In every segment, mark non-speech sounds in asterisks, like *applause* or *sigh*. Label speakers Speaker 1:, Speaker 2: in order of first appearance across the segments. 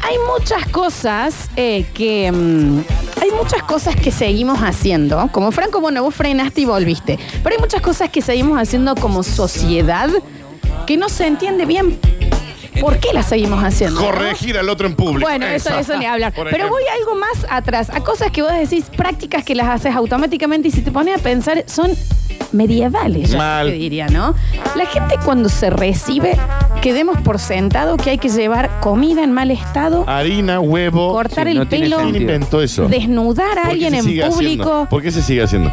Speaker 1: hay muchas cosas eh, que. mm, hay muchas cosas que seguimos haciendo. Como Franco, bueno, vos frenaste y volviste. Pero hay muchas cosas que seguimos haciendo como sociedad que no se entiende bien. ¿Por qué las seguimos haciendo?
Speaker 2: Corregir al otro en público.
Speaker 1: Bueno, eso, eso ni hablar.
Speaker 2: Por
Speaker 1: Pero
Speaker 2: ejemplo.
Speaker 1: voy a algo más atrás, a cosas que vos decís, prácticas que las haces automáticamente y si te pones a pensar, son medievales, yo
Speaker 2: Mal.
Speaker 1: te diría, ¿no? La gente cuando se recibe, quedemos por sentado que hay que llevar comida en mal estado,
Speaker 2: Harina, huevo.
Speaker 1: cortar
Speaker 3: sí,
Speaker 1: el
Speaker 3: no tiene
Speaker 1: pelo,
Speaker 2: ¿Quién
Speaker 3: sentido.
Speaker 2: inventó eso?
Speaker 1: desnudar a
Speaker 2: ¿Por qué
Speaker 1: alguien
Speaker 2: se
Speaker 1: en
Speaker 2: sigue haciendo?
Speaker 1: público, eh,
Speaker 2: ¿Por qué se sigue haciendo?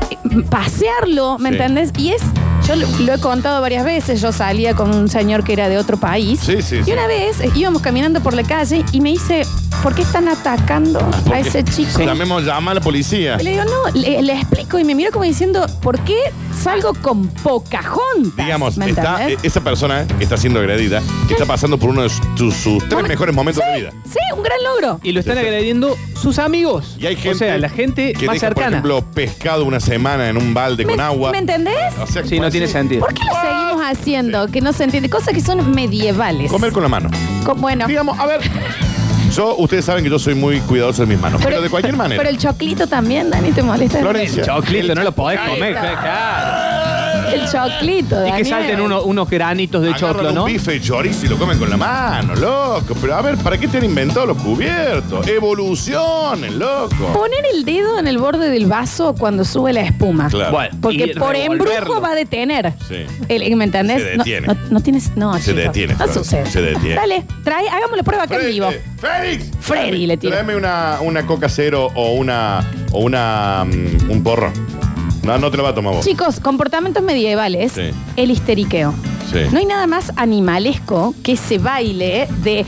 Speaker 1: pasearlo, ¿me
Speaker 2: Sí.
Speaker 1: entendés? Y es, yo lo, lo he contado varias veces, yo salía con un señor que era de otro país.
Speaker 2: Sí, sí,
Speaker 1: Y
Speaker 2: sí.
Speaker 1: una vez eh, íbamos caminando por la calle y me dice, ¿por qué están atacando
Speaker 2: Ah, ¿Por
Speaker 1: a
Speaker 2: qué?
Speaker 1: ese chico?
Speaker 2: Llamemos, llama a la policía.
Speaker 1: Y Le digo, no, le, le explico y me miro como diciendo, ¿por qué salgo con poca junta?
Speaker 2: Digamos, está, eh, esa persona que está siendo agredida está pasando por uno de sus, sus- sus tres mejores momentos de vida.
Speaker 1: Sí, un gran logro.
Speaker 3: Y lo están
Speaker 2: Sí, sí.
Speaker 3: agrediendo sus amigos.
Speaker 2: Y hay gente
Speaker 3: o sea, la gente
Speaker 2: que
Speaker 3: más
Speaker 2: deja, por
Speaker 3: cercana.
Speaker 2: ejemplo, pescado una semana en un balde
Speaker 1: ¿Me,
Speaker 2: con agua. Ah,
Speaker 1: ¿me entendés?
Speaker 2: O sea, pues,
Speaker 3: sí, no
Speaker 2: así.
Speaker 3: tiene sentido.
Speaker 1: ¿Por qué lo seguimos haciendo? Que no se entiende. Cosas que son medievales.
Speaker 2: Comer con la mano.
Speaker 1: Co- bueno.
Speaker 2: Digamos, a ver. Yo, ustedes saben que yo soy muy cuidadoso de mis manos, pero, de cualquier manera.
Speaker 1: Pero el choclito también, Dani, te molesta.
Speaker 2: Florencia.
Speaker 3: Choclito, no lo podés comer, claro.
Speaker 1: El choclito,
Speaker 3: Y que
Speaker 1: Daniel.
Speaker 3: salten uno- unos granitos de
Speaker 2: Agarran
Speaker 3: choclo, ¿no?
Speaker 2: un bife de chorizo y lo comen con la mano, loco. Pero a ver, ¿para qué te han inventado los cubiertos? Evolucionen, loco.
Speaker 1: Poner el dedo en el borde del vaso cuando sube la espuma.
Speaker 2: Claro.
Speaker 1: Porque
Speaker 3: y
Speaker 1: por embrujo
Speaker 3: revolverlo.
Speaker 1: va a detener.
Speaker 2: Sí.
Speaker 1: El- ¿Me entendés?
Speaker 2: Se
Speaker 1: No-
Speaker 2: detiene.
Speaker 1: No, no tienes. No,
Speaker 2: Se
Speaker 1: chicos,
Speaker 2: detiene,
Speaker 1: No
Speaker 2: Florencia,
Speaker 1: sucede.
Speaker 2: se detiene.
Speaker 1: Dale, trae, hagamos la prueba acá en vivo.
Speaker 2: eh, ¡Félix!
Speaker 1: Freddy
Speaker 2: Dame-
Speaker 1: le tira.
Speaker 2: Dame una, una coca cero o una. o una. mm, un porro. No, no te lo va a tomar vos.
Speaker 1: Chicos, comportamientos medievales,
Speaker 2: Sí.
Speaker 1: el histeriqueo.
Speaker 2: Sí.
Speaker 1: No hay nada más animalesco que ese baile de...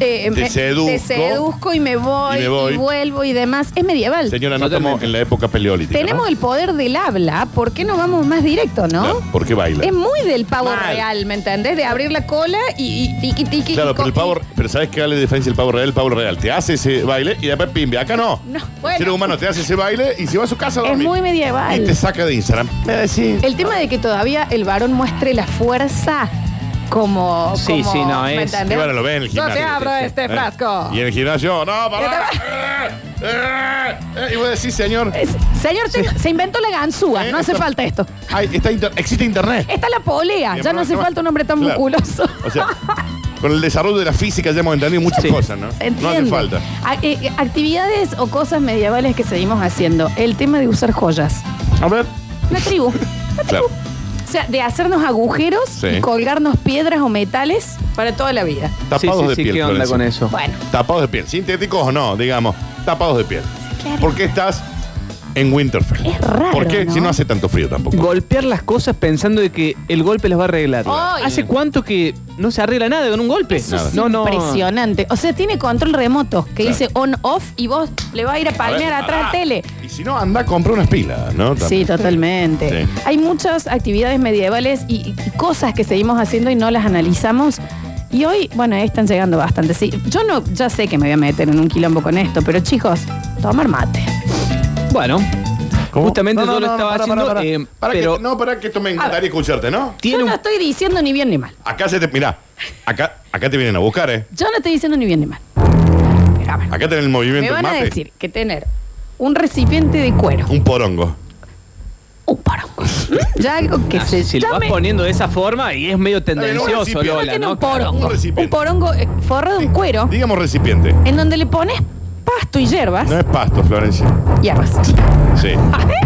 Speaker 1: eh,
Speaker 2: Te
Speaker 1: me-
Speaker 2: seduzco.
Speaker 1: te seduzco y me, voy,
Speaker 2: Y
Speaker 1: y
Speaker 2: me voy.
Speaker 1: vuelvo y demás. Es medieval.
Speaker 2: Señora, no estamos
Speaker 3: Totalmente.
Speaker 2: en la época paleolítica.
Speaker 1: Tenemos el poder del habla, ¿por qué no vamos más directo, no?
Speaker 2: ¿no? Claro, ¿Por qué baila?
Speaker 1: Es muy del pavo
Speaker 2: Mal.
Speaker 1: real, ¿me entendés? De abrir la cola y, y tiqui tiqui. y
Speaker 2: Claro, pero el
Speaker 1: co-
Speaker 2: pavo, pero ¿sabes qué vale la diferencia el pavo real? El pavo real te hace ese baile y después pimbe. Acá no.
Speaker 1: No, bueno.
Speaker 2: El ser humano te hace ese baile y se va a su casa a
Speaker 1: Es
Speaker 2: dormir.
Speaker 1: muy medieval.
Speaker 2: Y te saca de Instagram. Me decís.
Speaker 1: El tema de que todavía el varón muestre la fuerza como.
Speaker 3: Sí,
Speaker 1: como-
Speaker 3: sí, no,
Speaker 1: ¿me
Speaker 3: es-
Speaker 1: entendés?
Speaker 2: Y bueno, lo ven en el
Speaker 1: Yo
Speaker 2: gimnasio.
Speaker 1: te abro
Speaker 2: Sí, sí.
Speaker 1: este
Speaker 2: Eh.
Speaker 1: frasco.
Speaker 2: Y en el gimnasio, no,
Speaker 1: te
Speaker 2: para. Eh, eh, eh. Y vos decís, señor,
Speaker 1: Es- Señor, tengo- se inventó la ganzúa,
Speaker 2: Eh,
Speaker 1: no hace
Speaker 2: esto-
Speaker 1: falta esto.
Speaker 2: ay, está inter- existe internet.
Speaker 1: Está la polea,
Speaker 2: Bien,
Speaker 1: Eh, ya no
Speaker 2: bueno,
Speaker 1: hace
Speaker 2: no-
Speaker 1: falta un hombre tan
Speaker 2: Claro.
Speaker 1: musculoso.
Speaker 2: O sea, con el desarrollo de la física ya hemos entendido muchas
Speaker 3: Sí.
Speaker 2: cosas, ¿no?
Speaker 1: Entiendo.
Speaker 2: No hace falta.
Speaker 1: A- eh, actividades o cosas medievales que seguimos haciendo. El tema de usar joyas.
Speaker 2: A ver.
Speaker 1: Una
Speaker 2: *laughs*
Speaker 1: tribu. Una tribu.
Speaker 2: Claro.
Speaker 1: O sea, de hacernos agujeros
Speaker 2: Sí.
Speaker 1: y colgarnos piedras o metales para toda la vida.
Speaker 2: Tapados
Speaker 3: Sí, sí,
Speaker 2: de
Speaker 3: sí,
Speaker 2: piel.
Speaker 3: ¿qué onda
Speaker 2: Florencia.
Speaker 3: con eso?
Speaker 1: Bueno,
Speaker 2: Tapados de piel. Sintéticos o no, digamos. Tapados de piel.
Speaker 1: claro.
Speaker 2: ¿Por qué estás en Winterfell?
Speaker 1: Es raro,
Speaker 2: ¿Por qué?
Speaker 1: ¿no?
Speaker 2: Si no hace tanto frío tampoco.
Speaker 3: Golpear las cosas pensando de que el golpe las va a arreglar.
Speaker 1: Ay.
Speaker 3: ¿Hace cuánto que no se arregla nada con un golpe?
Speaker 1: Eso
Speaker 2: Nada.
Speaker 1: es
Speaker 3: No, no.
Speaker 1: impresionante. O sea, tiene control remoto que dice on-off y vos le vas a ir a
Speaker 2: A ver,
Speaker 1: palmear atrás
Speaker 2: pará.
Speaker 1: de tele.
Speaker 2: Y si no, anda a comprar unas pilas, ¿no?
Speaker 1: Sí, totalmente.
Speaker 2: Sí.
Speaker 1: Hay muchas actividades medievales y, y cosas que seguimos haciendo y no las analizamos. Y hoy, bueno, ahí están llegando bastante. Sí, yo no, ya sé que me voy a meter en un quilombo con esto, pero chicos, tomar mate.
Speaker 3: Bueno,
Speaker 2: ¿Cómo?
Speaker 3: justamente yo lo estaba
Speaker 2: para,
Speaker 3: haciendo,
Speaker 2: para, para.
Speaker 3: eh,
Speaker 2: Para
Speaker 3: pero Ah.
Speaker 2: que, no, para que esto me encantaría escucharte, ¿no?
Speaker 3: tiene
Speaker 1: yo no
Speaker 3: un
Speaker 1: estoy diciendo ni bien ni mal.
Speaker 2: Acá se te. Mirá, acá, acá te vienen a buscar, ¿eh?
Speaker 1: Yo no estoy diciendo ni bien ni mal. Mira, a ver,
Speaker 2: Acá tenés el
Speaker 1: me
Speaker 2: movimiento
Speaker 1: van a
Speaker 2: mate.
Speaker 1: decir que tener un recipiente de cuero,
Speaker 2: Un porongo.
Speaker 1: un porongo, ya algo que
Speaker 3: Ah,
Speaker 1: se
Speaker 3: si lo vas
Speaker 1: llame-
Speaker 3: poniendo de esa forma y es medio tendencioso,
Speaker 2: recipiente.
Speaker 3: Lola,
Speaker 1: tiene
Speaker 3: ¿no?
Speaker 1: un porongo,
Speaker 2: Un recipiente.
Speaker 1: un porongo eh, forrado en cuero,
Speaker 2: Digamos recipiente.
Speaker 1: en donde le pones pasto y hierbas,
Speaker 2: No es pasto, Florencia.
Speaker 1: hierbas.
Speaker 2: Sí,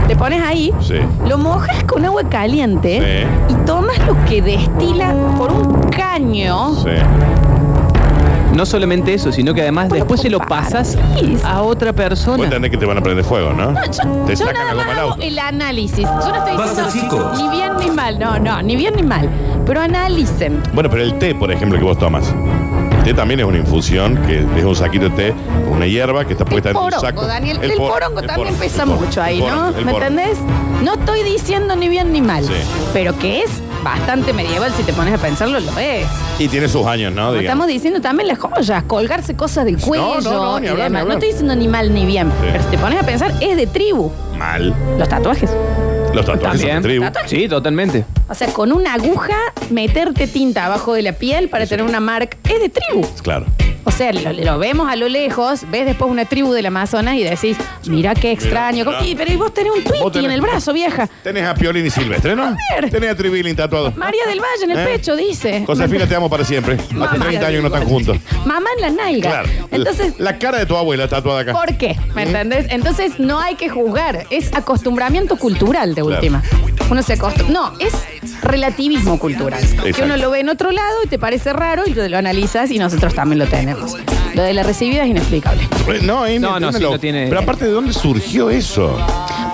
Speaker 1: Le pones ahí,
Speaker 2: sí.
Speaker 1: lo mojas con agua caliente
Speaker 2: Sí.
Speaker 1: y tomas lo que destila por un caño.
Speaker 2: Sí.
Speaker 3: No solamente eso, sino que además
Speaker 1: Pero
Speaker 3: después se lo
Speaker 1: compartís.
Speaker 3: pasas a otra
Speaker 2: Vos
Speaker 3: persona.
Speaker 2: entendés que te van a prender fuego, ¿no?
Speaker 1: No, yo,
Speaker 2: te
Speaker 1: yo
Speaker 2: sacan
Speaker 1: nada más
Speaker 2: la goma al
Speaker 1: hago
Speaker 2: auto.
Speaker 1: el análisis. Yo no estoy
Speaker 4: Basta,
Speaker 1: diciendo
Speaker 4: chicos.
Speaker 1: ni bien ni mal. No, no, ni bien ni mal. Pero analicen.
Speaker 2: Bueno, pero el té, por ejemplo, que vos tomas. El té también es una infusión, que es un saquito de té con una hierba que está puesta en
Speaker 1: porongo,
Speaker 2: un saco.
Speaker 1: Daniel, el,
Speaker 2: por-
Speaker 1: porongo
Speaker 2: el
Speaker 1: también
Speaker 2: porongo,
Speaker 1: pesa
Speaker 2: el porongo,
Speaker 1: mucho
Speaker 2: el
Speaker 1: ahí,
Speaker 2: porongo,
Speaker 1: ¿no?
Speaker 2: el
Speaker 1: ¿Me
Speaker 2: porongo.
Speaker 1: entendés? No estoy diciendo ni bien ni mal,
Speaker 2: Sí.
Speaker 1: pero que es bastante medieval si te pones a pensarlo, lo es.
Speaker 2: Y tiene sus años, ¿no?
Speaker 1: Como
Speaker 2: Digamos.
Speaker 1: Estamos diciendo también las joyas, colgarse cosas del cuello
Speaker 2: no, ni
Speaker 1: y
Speaker 2: hablar, ni
Speaker 1: demás.
Speaker 2: hablar.
Speaker 1: No estoy diciendo ni mal ni bien,
Speaker 2: Sí.
Speaker 1: pero si te pones a pensar, es de tribu.
Speaker 2: Mal.
Speaker 1: Los tatuajes.
Speaker 2: Los tatuajes son de
Speaker 3: También.
Speaker 2: tribu.
Speaker 1: Tatuaje.
Speaker 3: Sí, totalmente.
Speaker 1: O sea, con una aguja, meterte tinta abajo de la piel para tener una marca, es de tribu.
Speaker 2: Claro.
Speaker 1: O sea, lo, lo vemos a lo lejos, ves después una tribu del Amazonas y decís, mira qué extraño.
Speaker 2: Mira,
Speaker 1: ¿Cómo- y, pero y vos tenés un
Speaker 2: Vos
Speaker 1: Twitty
Speaker 2: tenés-
Speaker 1: en el brazo, vieja.
Speaker 2: Tenés a Piolín y Silvestre, ¿no?
Speaker 1: ver.
Speaker 2: Tenés a Tribilin tatuado.
Speaker 1: María del Valle en el
Speaker 2: ¿Eh?
Speaker 1: pecho, dice.
Speaker 2: Josefina, te amo para siempre. Hace
Speaker 1: Mamá
Speaker 2: 30 años que no están
Speaker 1: del
Speaker 2: juntos.
Speaker 1: Valle. Mamá en la nalga.
Speaker 2: Claro.
Speaker 1: Entonces,
Speaker 2: la cara de tu abuela tatuada acá.
Speaker 1: ¿por qué? ¿Me entendés? Entonces no hay que juzgar. Es acostumbramiento cultural de
Speaker 2: Claro.
Speaker 1: última. Uno se acostumbra. No, es relativismo cultural. Que uno lo ve en otro lado y te parece raro y te lo analizas y nosotros también lo tenemos. Lo de la recibida es inexplicable.
Speaker 2: Eh, No, eh,
Speaker 3: No, no,
Speaker 2: entiéndelo.
Speaker 3: sí, no tiene-
Speaker 2: Pero aparte, ¿de dónde surgió eso?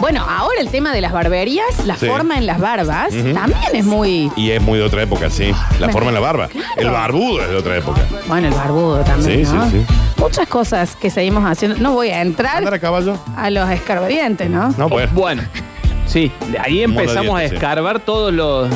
Speaker 1: Bueno, ahora el tema de las barberías, la
Speaker 2: Sí.
Speaker 1: forma en las barbas, también es muy.
Speaker 2: Y es muy de otra época, sí. La forma de la barba. El barbudo es de otra época.
Speaker 1: Bueno, el barbudo también.
Speaker 2: Sí,
Speaker 1: ¿no?
Speaker 2: sí,
Speaker 1: Muchas cosas que seguimos haciendo. No voy a
Speaker 2: ¿Andar
Speaker 1: entrar
Speaker 2: a caballo?
Speaker 1: a los escarbadientes, ¿no?
Speaker 2: No, pues.
Speaker 3: Bueno, sí, de ahí
Speaker 2: Moda
Speaker 3: empezamos a
Speaker 2: dientes, sí.
Speaker 3: escarbar todos los,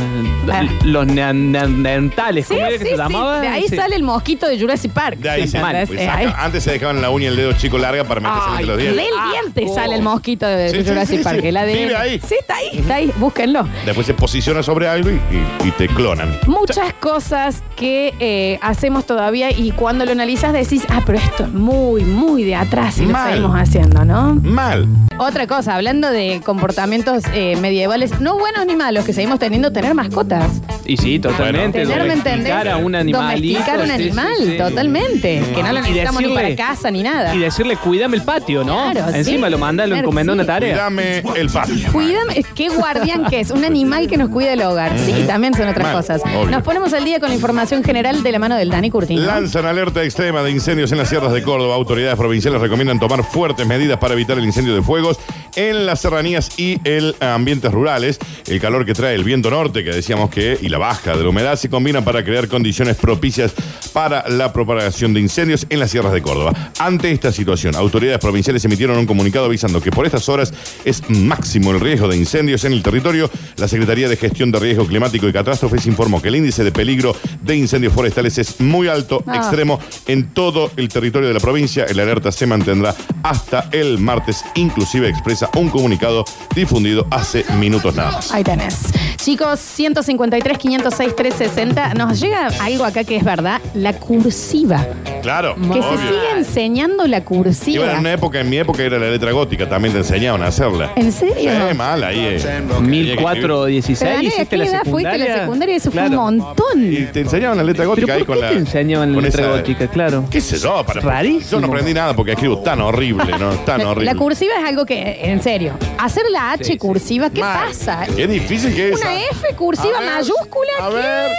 Speaker 1: Ah.
Speaker 3: los nean- neandertales,
Speaker 1: Sí,
Speaker 3: ¿cómo era
Speaker 1: sí,
Speaker 3: que se
Speaker 1: sí.
Speaker 3: llamaba?
Speaker 1: De ahí
Speaker 3: Sí.
Speaker 1: sale el mosquito de Jurassic Park.
Speaker 2: De ahí se
Speaker 1: ¿entendés?
Speaker 2: pues,
Speaker 1: Es
Speaker 2: saca-
Speaker 1: eh, ahí.
Speaker 2: Antes se dejaban la uña y el dedo chico larga para meterse
Speaker 3: Ay,
Speaker 2: entre los
Speaker 1: Del
Speaker 2: dientes. Ah, oh.
Speaker 1: diente
Speaker 3: asco.
Speaker 1: sale el mosquito de
Speaker 2: Sí, sí,
Speaker 1: Jurassic
Speaker 2: sí,
Speaker 1: Park.
Speaker 2: sí.
Speaker 1: el ADN.
Speaker 2: Vive ahí.
Speaker 1: Sí, está ahí, está ahí. Búsquenlo.
Speaker 2: Después se posiciona sobre algo y, y- y te clonan.
Speaker 1: Muchas cosas que eh, hacemos todavía y cuando lo analizas decís, ah, pero esto es muy, muy de atrás y lo
Speaker 2: Mal.
Speaker 1: seguimos haciendo, ¿no?
Speaker 2: Mal.
Speaker 1: Otra cosa, hablando de comportamientos eh, medievales, no buenos ni malos, que seguimos teniendo tener mascotas.
Speaker 3: Y sí, totalmente.
Speaker 1: Tener, ¿me entendés?
Speaker 3: domesticar a un animal.
Speaker 1: Domesticar un animal, totalmente. Que no lo necesitamos ni para casa ni nada.
Speaker 3: Ah. Y decirle, cuídame el patio, ¿no?
Speaker 1: Claro, sí.
Speaker 3: Encima lo manda, lo
Speaker 1: Claro que
Speaker 3: encomendó
Speaker 1: sí.
Speaker 3: una tarea.
Speaker 2: Cuídame el patio.
Speaker 1: Cuídame, qué guardián que es,
Speaker 2: *laughs*
Speaker 1: un animal que nos cuida el hogar. Sí, también son otras
Speaker 2: Mal,
Speaker 1: cosas.
Speaker 2: obvio.
Speaker 1: Nos ponemos al día con la información general de la mano del Dani Curtino.
Speaker 2: Lanzan alerta extrema de incendios en las sierras de Córdoba. Autoridades provinciales recomiendan tomar fuertes medidas para evitar el incendio de fuegos en las serranías y el ambientes rurales. El calor que trae el viento norte, que decíamos que, y la baja de la humedad se combinan para crear condiciones propicias para la propagación de incendios en las sierras de Córdoba. Ante esta situación, autoridades provinciales emitieron un comunicado avisando que por estas horas es máximo el riesgo de incendios en el territorio. La Secretaría de Gestión de Riesgo Climático y Catástrofes informó que el índice de peligro de incendios forestales es muy alto,
Speaker 1: Ah.
Speaker 2: extremo, en todo el territorio de la provincia. El alerta se mantendrá hasta el martes, inclusive expresa un comunicado difundido hace minutos nada más.
Speaker 1: Ahí tenés. Chicos, 153, 506, 360. Nos llega algo acá que es verdad, la cursiva.
Speaker 2: Claro,
Speaker 1: Que
Speaker 2: obvio.
Speaker 1: se sigue enseñando la
Speaker 2: Y bueno, en
Speaker 1: cursiva.
Speaker 2: una época, en mi época era la letra gótica, también te enseñaban a hacerla.
Speaker 1: ¿En serio?
Speaker 2: Sí, mal, ahí eh.
Speaker 1: Pero
Speaker 3: 1416,
Speaker 1: Dani, ¿a
Speaker 3: hiciste
Speaker 1: qué
Speaker 3: la
Speaker 1: edad
Speaker 3: secundaria.
Speaker 1: fuiste a la secundaria? Eso
Speaker 3: Claro.
Speaker 1: fue un
Speaker 2: Y
Speaker 1: montón.
Speaker 2: te enseñaban la letra
Speaker 3: ¿Pero
Speaker 2: gótica ahí
Speaker 3: por
Speaker 2: con
Speaker 3: qué
Speaker 2: la.
Speaker 3: te enseñaban la
Speaker 2: con
Speaker 3: letra
Speaker 2: esa-
Speaker 3: gótica? Claro.
Speaker 2: ¿Qué sé yo? Para,
Speaker 3: Rarísimo.
Speaker 2: Yo no aprendí nada porque escribo tan horrible, Ah, ¿no? Tan
Speaker 1: La,
Speaker 2: horrible.
Speaker 1: la cursiva es algo que, en serio, hacer la H
Speaker 3: Sí, sí.
Speaker 1: cursiva, ¿qué
Speaker 2: Mal.
Speaker 1: pasa?
Speaker 2: Qué difícil que es.
Speaker 1: Una F cursiva
Speaker 2: A ver,
Speaker 1: mayúscula,
Speaker 2: A
Speaker 1: ¿qué?
Speaker 2: ver.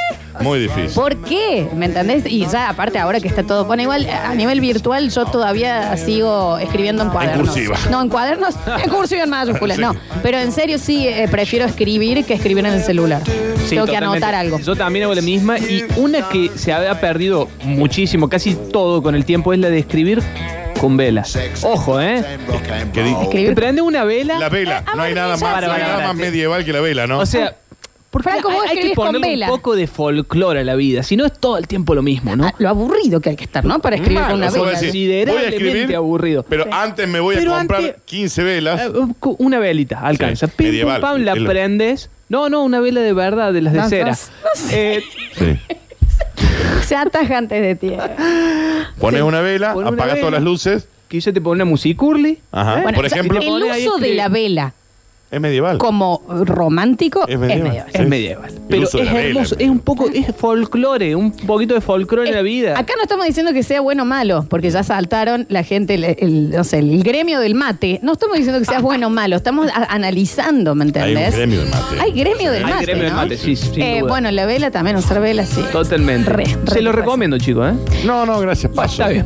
Speaker 2: Muy difícil.
Speaker 1: ¿Por qué? ¿Me entendés? Y ya, aparte, ahora que está todo. Bueno, igual a nivel virtual, yo todavía sigo escribiendo
Speaker 3: Ah,
Speaker 1: en cuadernos.
Speaker 2: cursiva.
Speaker 1: No, en
Speaker 3: *laughs*
Speaker 1: cuadernos, en cursiva en mayúsculas,
Speaker 2: Sí.
Speaker 1: no. Pero en serio, sí, eh, prefiero escribir que escribir en el celular.
Speaker 3: Sí,
Speaker 1: Tengo que
Speaker 3: totalmente.
Speaker 1: anotar algo.
Speaker 3: Yo también hago la misma y una que se había perdido muchísimo, casi todo con el tiempo, es la de escribir con velas. Ojo, ¿eh?
Speaker 2: Que di-
Speaker 1: Escribir.
Speaker 3: Te prende una vela.
Speaker 2: la vela.
Speaker 1: Ah,
Speaker 2: No hay
Speaker 1: bueno,
Speaker 2: nada más,
Speaker 1: ya Ah,
Speaker 3: sí.
Speaker 2: no hay nada más
Speaker 3: Sí.
Speaker 2: medieval que la vela, ¿no?
Speaker 3: O sea, porque
Speaker 1: Franco, vos
Speaker 3: hay, hay que
Speaker 1: escribís con
Speaker 3: ponerle
Speaker 1: vela.
Speaker 3: un poco de folclore a la vida, si no es todo el tiempo lo mismo, ¿no?
Speaker 1: Ah, Lo aburrido que hay que estar, ¿no? Para escribir
Speaker 2: Mal,
Speaker 1: con una
Speaker 2: o sea, voy a
Speaker 1: vela.
Speaker 2: decir, voy a
Speaker 3: Considerablemente
Speaker 2: escribir,
Speaker 3: aburrido.
Speaker 2: Pero antes me voy a
Speaker 3: Pero
Speaker 2: comprar
Speaker 3: antes-
Speaker 2: 15 velas.
Speaker 3: Eh, cu- Una velita, alcanza.
Speaker 2: Sí,
Speaker 3: Pim, pum,
Speaker 2: medieval,
Speaker 3: pam, la
Speaker 2: es lo-
Speaker 3: prendes. No, no, una vela de verdad, de las de
Speaker 1: No,
Speaker 3: cera.
Speaker 1: no, no
Speaker 3: Eh,
Speaker 2: Sí.
Speaker 1: Se ataja antes de ti.
Speaker 2: Pones
Speaker 3: Sí.
Speaker 2: una vela,
Speaker 3: Pon una
Speaker 2: apagas
Speaker 3: vela.
Speaker 2: todas las luces.
Speaker 3: quizá te pone una musicurli.
Speaker 2: Ajá.
Speaker 3: ¿eh?
Speaker 2: Bueno, Por ejemplo-
Speaker 1: el
Speaker 3: Ponés ahí
Speaker 1: uso de
Speaker 3: escribir.
Speaker 1: la vela
Speaker 2: Es medieval.
Speaker 1: como romántico
Speaker 2: Es
Speaker 1: es
Speaker 2: medieval.
Speaker 1: medieval.
Speaker 2: Sí.
Speaker 3: Es medieval.
Speaker 2: El
Speaker 3: Pero es
Speaker 2: uso de la vela,
Speaker 3: hermoso,
Speaker 2: es
Speaker 3: es un
Speaker 2: medieval.
Speaker 3: poco, es folclore, un poquito de folclore
Speaker 1: Eh,
Speaker 3: en la vida.
Speaker 1: Acá no estamos diciendo que sea bueno o malo, porque ya saltaron la gente, el, el- no sé, el gremio del mate. No estamos diciendo que sea bueno o malo, estamos a- analizando, ¿me
Speaker 2: Hay
Speaker 1: entendés?
Speaker 2: un gremio del mate.
Speaker 1: Hay gremio del
Speaker 3: Hay
Speaker 1: mate.
Speaker 3: gremio del
Speaker 1: ¿no?
Speaker 3: mate, sí, sí, sin
Speaker 1: Eh,
Speaker 3: duda.
Speaker 1: bueno, la vela también, usar vela, sí.
Speaker 3: Totalmente.
Speaker 1: Re, re
Speaker 3: Se lo
Speaker 1: pasa.
Speaker 3: recomiendo, chicos, ¿eh?
Speaker 2: No, no, gracias. Paso.
Speaker 3: Está bien.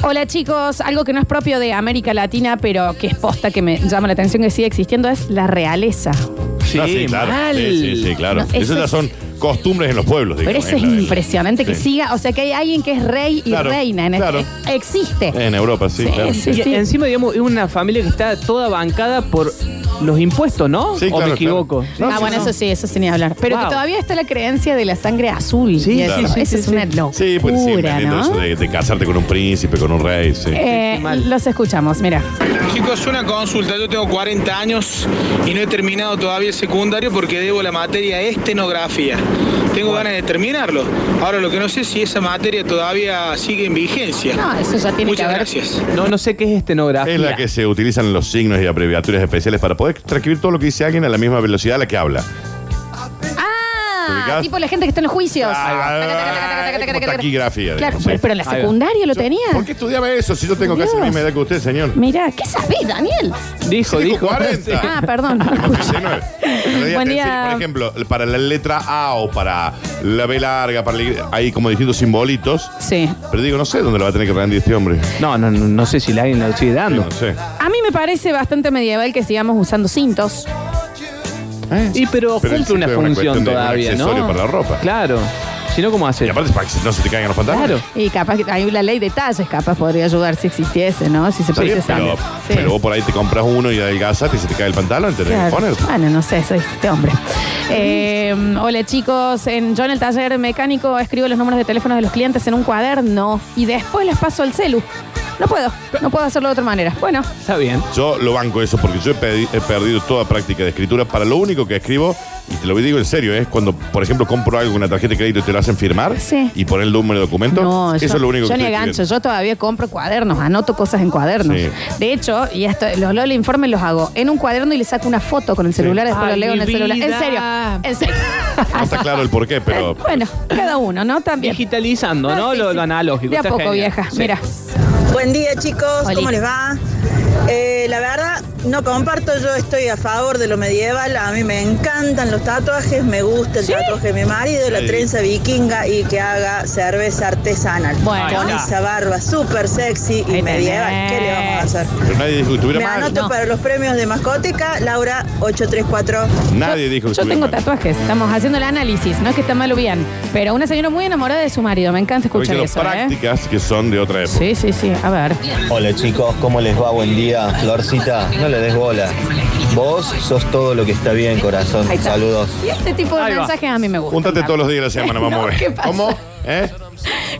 Speaker 1: Hola chicos, algo que no es propio de América Latina, pero que es posta que me llama la atención que sigue existiendo es la realeza.
Speaker 2: Ah, sí, claro.
Speaker 3: mal.
Speaker 2: Sí, sí, sí, claro.
Speaker 1: No, eso
Speaker 2: Esas ya
Speaker 1: es-
Speaker 2: son costumbres en los pueblos,
Speaker 1: Pero
Speaker 2: digamos,
Speaker 1: eso
Speaker 2: en
Speaker 1: es
Speaker 2: la- en la-
Speaker 1: impresionante que
Speaker 2: Sí.
Speaker 1: siga, o sea que hay alguien que es rey y
Speaker 2: Claro,
Speaker 1: reina en
Speaker 2: claro. Eh,
Speaker 1: este. Existe.
Speaker 2: En Europa, sí,
Speaker 1: Sí,
Speaker 2: claro.
Speaker 1: sí.
Speaker 3: Y encima, digamos, es una familia que está toda bancada por los impuestos, ¿no?
Speaker 2: Sí,
Speaker 3: ¿O
Speaker 2: claro,
Speaker 3: me equivoco?
Speaker 2: claro. No,
Speaker 1: ah,
Speaker 2: sí,
Speaker 1: bueno,
Speaker 2: no.
Speaker 1: eso sí, eso sin ni hablar. Pero
Speaker 3: Wow.
Speaker 1: que todavía está la creencia de la sangre azul.
Speaker 3: Sí,
Speaker 1: y
Speaker 2: claro.
Speaker 1: eso,
Speaker 3: sí,
Speaker 1: eso
Speaker 3: sí,
Speaker 1: es una locura,
Speaker 2: Sí, pues sí, vendiendo
Speaker 1: ¿no?
Speaker 2: eso de, de casarte con un príncipe, con un rey, sí.
Speaker 1: Eh,
Speaker 3: Qué mal.
Speaker 1: los escuchamos, mira.
Speaker 4: Chicos, una consulta. Yo tengo 40 años y no he terminado todavía el secundario porque debo la materia estenografía. Tengo ganas de terminarlo. Ahora, lo que no sé es si esa materia todavía sigue en vigencia.
Speaker 1: No, eso ya tiene que
Speaker 4: Muchas
Speaker 1: haber.
Speaker 4: gracias.
Speaker 3: No, no sé qué es estenografía.
Speaker 2: Es la que se utilizan los signos y abreviaturas especiales para poder transcribir todo lo que dice alguien a la misma velocidad a la que habla. ¿Te
Speaker 1: Ah,
Speaker 2: ubicás?
Speaker 1: tipo la gente que está en los juicios.
Speaker 2: Ah,
Speaker 1: Taca, taca, taca, taca, taca, taca,
Speaker 2: como
Speaker 1: taca.
Speaker 2: taquigrafía,
Speaker 1: Claro,
Speaker 2: digamos,
Speaker 1: pero,
Speaker 2: sí.
Speaker 1: pero en la
Speaker 3: Ahí va.
Speaker 1: secundaria lo tenía.
Speaker 2: ¿Por qué estudiaba eso si yo tengo casi la
Speaker 1: Dios.
Speaker 2: misma edad que
Speaker 1: *laughs*
Speaker 2: usted, señor?
Speaker 1: Mira, ¿qué sabés, Daniel?
Speaker 3: Dijo,
Speaker 2: Sí, dijo
Speaker 3: dijo.
Speaker 2: 40.
Speaker 1: Ah,
Speaker 2: *laughs*
Speaker 1: perdón.
Speaker 2: Como 19. Pero ya
Speaker 1: Buen
Speaker 2: te
Speaker 1: día.
Speaker 2: enseño, Por ejemplo, para la letra A o para la B larga, para la- hay como distintos simbolitos.
Speaker 1: Sí.
Speaker 2: Pero digo, no sé dónde lo va a tener que rendir este hombre.
Speaker 3: *laughs* No, no, no, no sé si la alguien la sigue dando.
Speaker 2: No sé.
Speaker 1: A mí me parece bastante medieval que sigamos usando cintos. ¿Eh?
Speaker 3: Y pero,
Speaker 2: Pero el
Speaker 3: cumple una
Speaker 2: cinto es una
Speaker 3: función
Speaker 2: cuestión de un
Speaker 3: todavía, ¿no?
Speaker 2: accesorio para la ropa.
Speaker 3: Claro. Si no, ¿cómo
Speaker 2: Y
Speaker 3: hace?
Speaker 2: aparte, para que no se te caigan los pantalones.
Speaker 3: Claro.
Speaker 1: Y capaz que hay una ley de talles, capaz podría ayudar si existiese, ¿no? Si se
Speaker 2: Está bien,
Speaker 1: pudiese
Speaker 2: pero,
Speaker 1: saber. Sí.
Speaker 2: pero vos por ahí te compras uno y adelgazas y se te cae el pantalón, te tenés que
Speaker 1: Claro.
Speaker 2: poner.
Speaker 1: Bueno, no sé, soy este hombre. Eh, hola chicos, en, yo en el taller mecánico escribo los números de teléfono de los clientes en un cuaderno y después les paso el celu. No puedo, no puedo hacerlo de otra manera. Bueno,
Speaker 3: Está bien.
Speaker 2: Yo lo banco eso porque yo he, pedi- he perdido toda práctica de escritura para lo único que escribo, y te lo digo en serio, es cuando, por ejemplo, compro algo con una tarjeta de crédito y te lo hacen firmar
Speaker 1: Sí.
Speaker 2: y poner el número de documento.
Speaker 1: no,
Speaker 2: eso
Speaker 1: yo,
Speaker 2: es lo único
Speaker 1: yo
Speaker 2: que
Speaker 1: ni
Speaker 2: estoy
Speaker 1: gancho,
Speaker 2: escribiendo.
Speaker 1: yo todavía compro cuadernos, anoto cosas en cuadernos.
Speaker 2: Sí.
Speaker 1: De hecho, y esto, los leo el informe los hago en un cuaderno y le saco una foto con el celular, después
Speaker 3: Ay,
Speaker 1: lo leo en el
Speaker 3: mi
Speaker 1: celular. En
Speaker 3: vida.
Speaker 1: serio, en serio.
Speaker 3: *laughs*
Speaker 2: No está claro el porqué,
Speaker 1: *laughs*
Speaker 2: pero.
Speaker 1: bueno, cada uno, ¿no? También.
Speaker 3: Digitalizando, ¿no?
Speaker 1: Ah, sí,
Speaker 3: lo,
Speaker 1: sí.
Speaker 3: lo analógico.
Speaker 1: De a
Speaker 3: Está
Speaker 1: poco,
Speaker 3: genial.
Speaker 1: vieja.
Speaker 3: Sí.
Speaker 1: Mira.
Speaker 5: Buen día chicos,
Speaker 1: Oli.
Speaker 5: ¿cómo les va? Eh, la verdad, no comparto, yo estoy a favor de lo medieval, a mí me encantan los tatuajes, me gusta el tatuaje de mi marido, la
Speaker 2: Sí.
Speaker 5: trenza vikinga y que haga cerveza artesanal.
Speaker 1: Bueno.
Speaker 5: Con esa barba súper sexy y
Speaker 1: Ahí
Speaker 5: medieval,
Speaker 1: tenés.
Speaker 5: ¿qué le vamos a hacer?
Speaker 2: Pero nadie dijo que estuviera
Speaker 5: Me
Speaker 2: mal.
Speaker 5: anoto
Speaker 1: No.
Speaker 5: para los premios de mascoteca, Laura 834.
Speaker 2: Nadie dijo que
Speaker 1: Yo
Speaker 2: estuviera
Speaker 1: tengo
Speaker 2: mal.
Speaker 1: tatuajes, estamos haciendo el análisis, no es que está mal o bien, pero una señora muy enamorada de su marido, me encanta
Speaker 2: Porque
Speaker 1: escuchar
Speaker 2: las
Speaker 1: eso, ¿eh?
Speaker 2: prácticas que son de otra época.
Speaker 1: Sí, sí, sí, a ver.
Speaker 6: Hola chicos, ¿cómo les va? Buen día. Florcita, no le des bola. Vos sos todo lo que está bien, corazón.
Speaker 1: Ahí está.
Speaker 6: Saludos.
Speaker 1: Y este tipo de
Speaker 3: Ahí va.
Speaker 1: mensajes a mí me gusta.
Speaker 2: Júntate todos los días de la semana, vamos
Speaker 1: No,
Speaker 2: a
Speaker 1: *laughs*
Speaker 2: ver.
Speaker 1: ¿qué pasa?
Speaker 2: ¿Cómo? ¿Eh?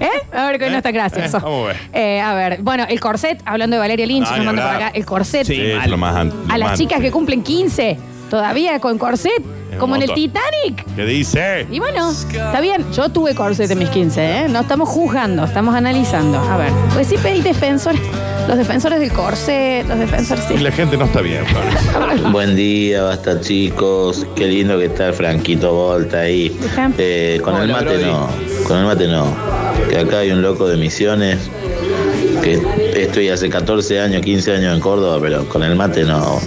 Speaker 1: ¿Eh? A ver, que hoy no
Speaker 2: ¿Eh?
Speaker 1: está gracioso.
Speaker 2: ¿Eh? Vamos a ver.
Speaker 1: Eh, a ver, bueno, el corset, hablando de Valeria Lynch,
Speaker 2: No,
Speaker 1: nos
Speaker 2: ni
Speaker 1: manda por
Speaker 2: hablar.
Speaker 1: acá, el corset.
Speaker 2: Sí, es lo más an- lo
Speaker 1: a las
Speaker 2: más
Speaker 1: chicas que
Speaker 2: antiguo.
Speaker 1: cumplen 15, todavía con corset,
Speaker 2: un
Speaker 1: como en el
Speaker 2: montón.
Speaker 1: Titanic.
Speaker 2: ¿Qué dice?
Speaker 1: Y bueno, está bien, yo tuve corset en mis 15, ¿eh? No estamos juzgando, estamos analizando. A ver, pues sí pedí defensores, los defensores del corset, los defensores... sí.
Speaker 2: Y la gente no está bien, Florencia.
Speaker 7: Buen día, basta chicos. Qué lindo que está el Franquito Volta ahí.
Speaker 1: Ajá.
Speaker 7: Eh, con el
Speaker 3: Hola,
Speaker 7: mate
Speaker 3: Brody.
Speaker 7: no, con el mate no. Que acá hay un loco de misiones. Que estoy hace 14 años, 15 años en Córdoba, pero con el mate no.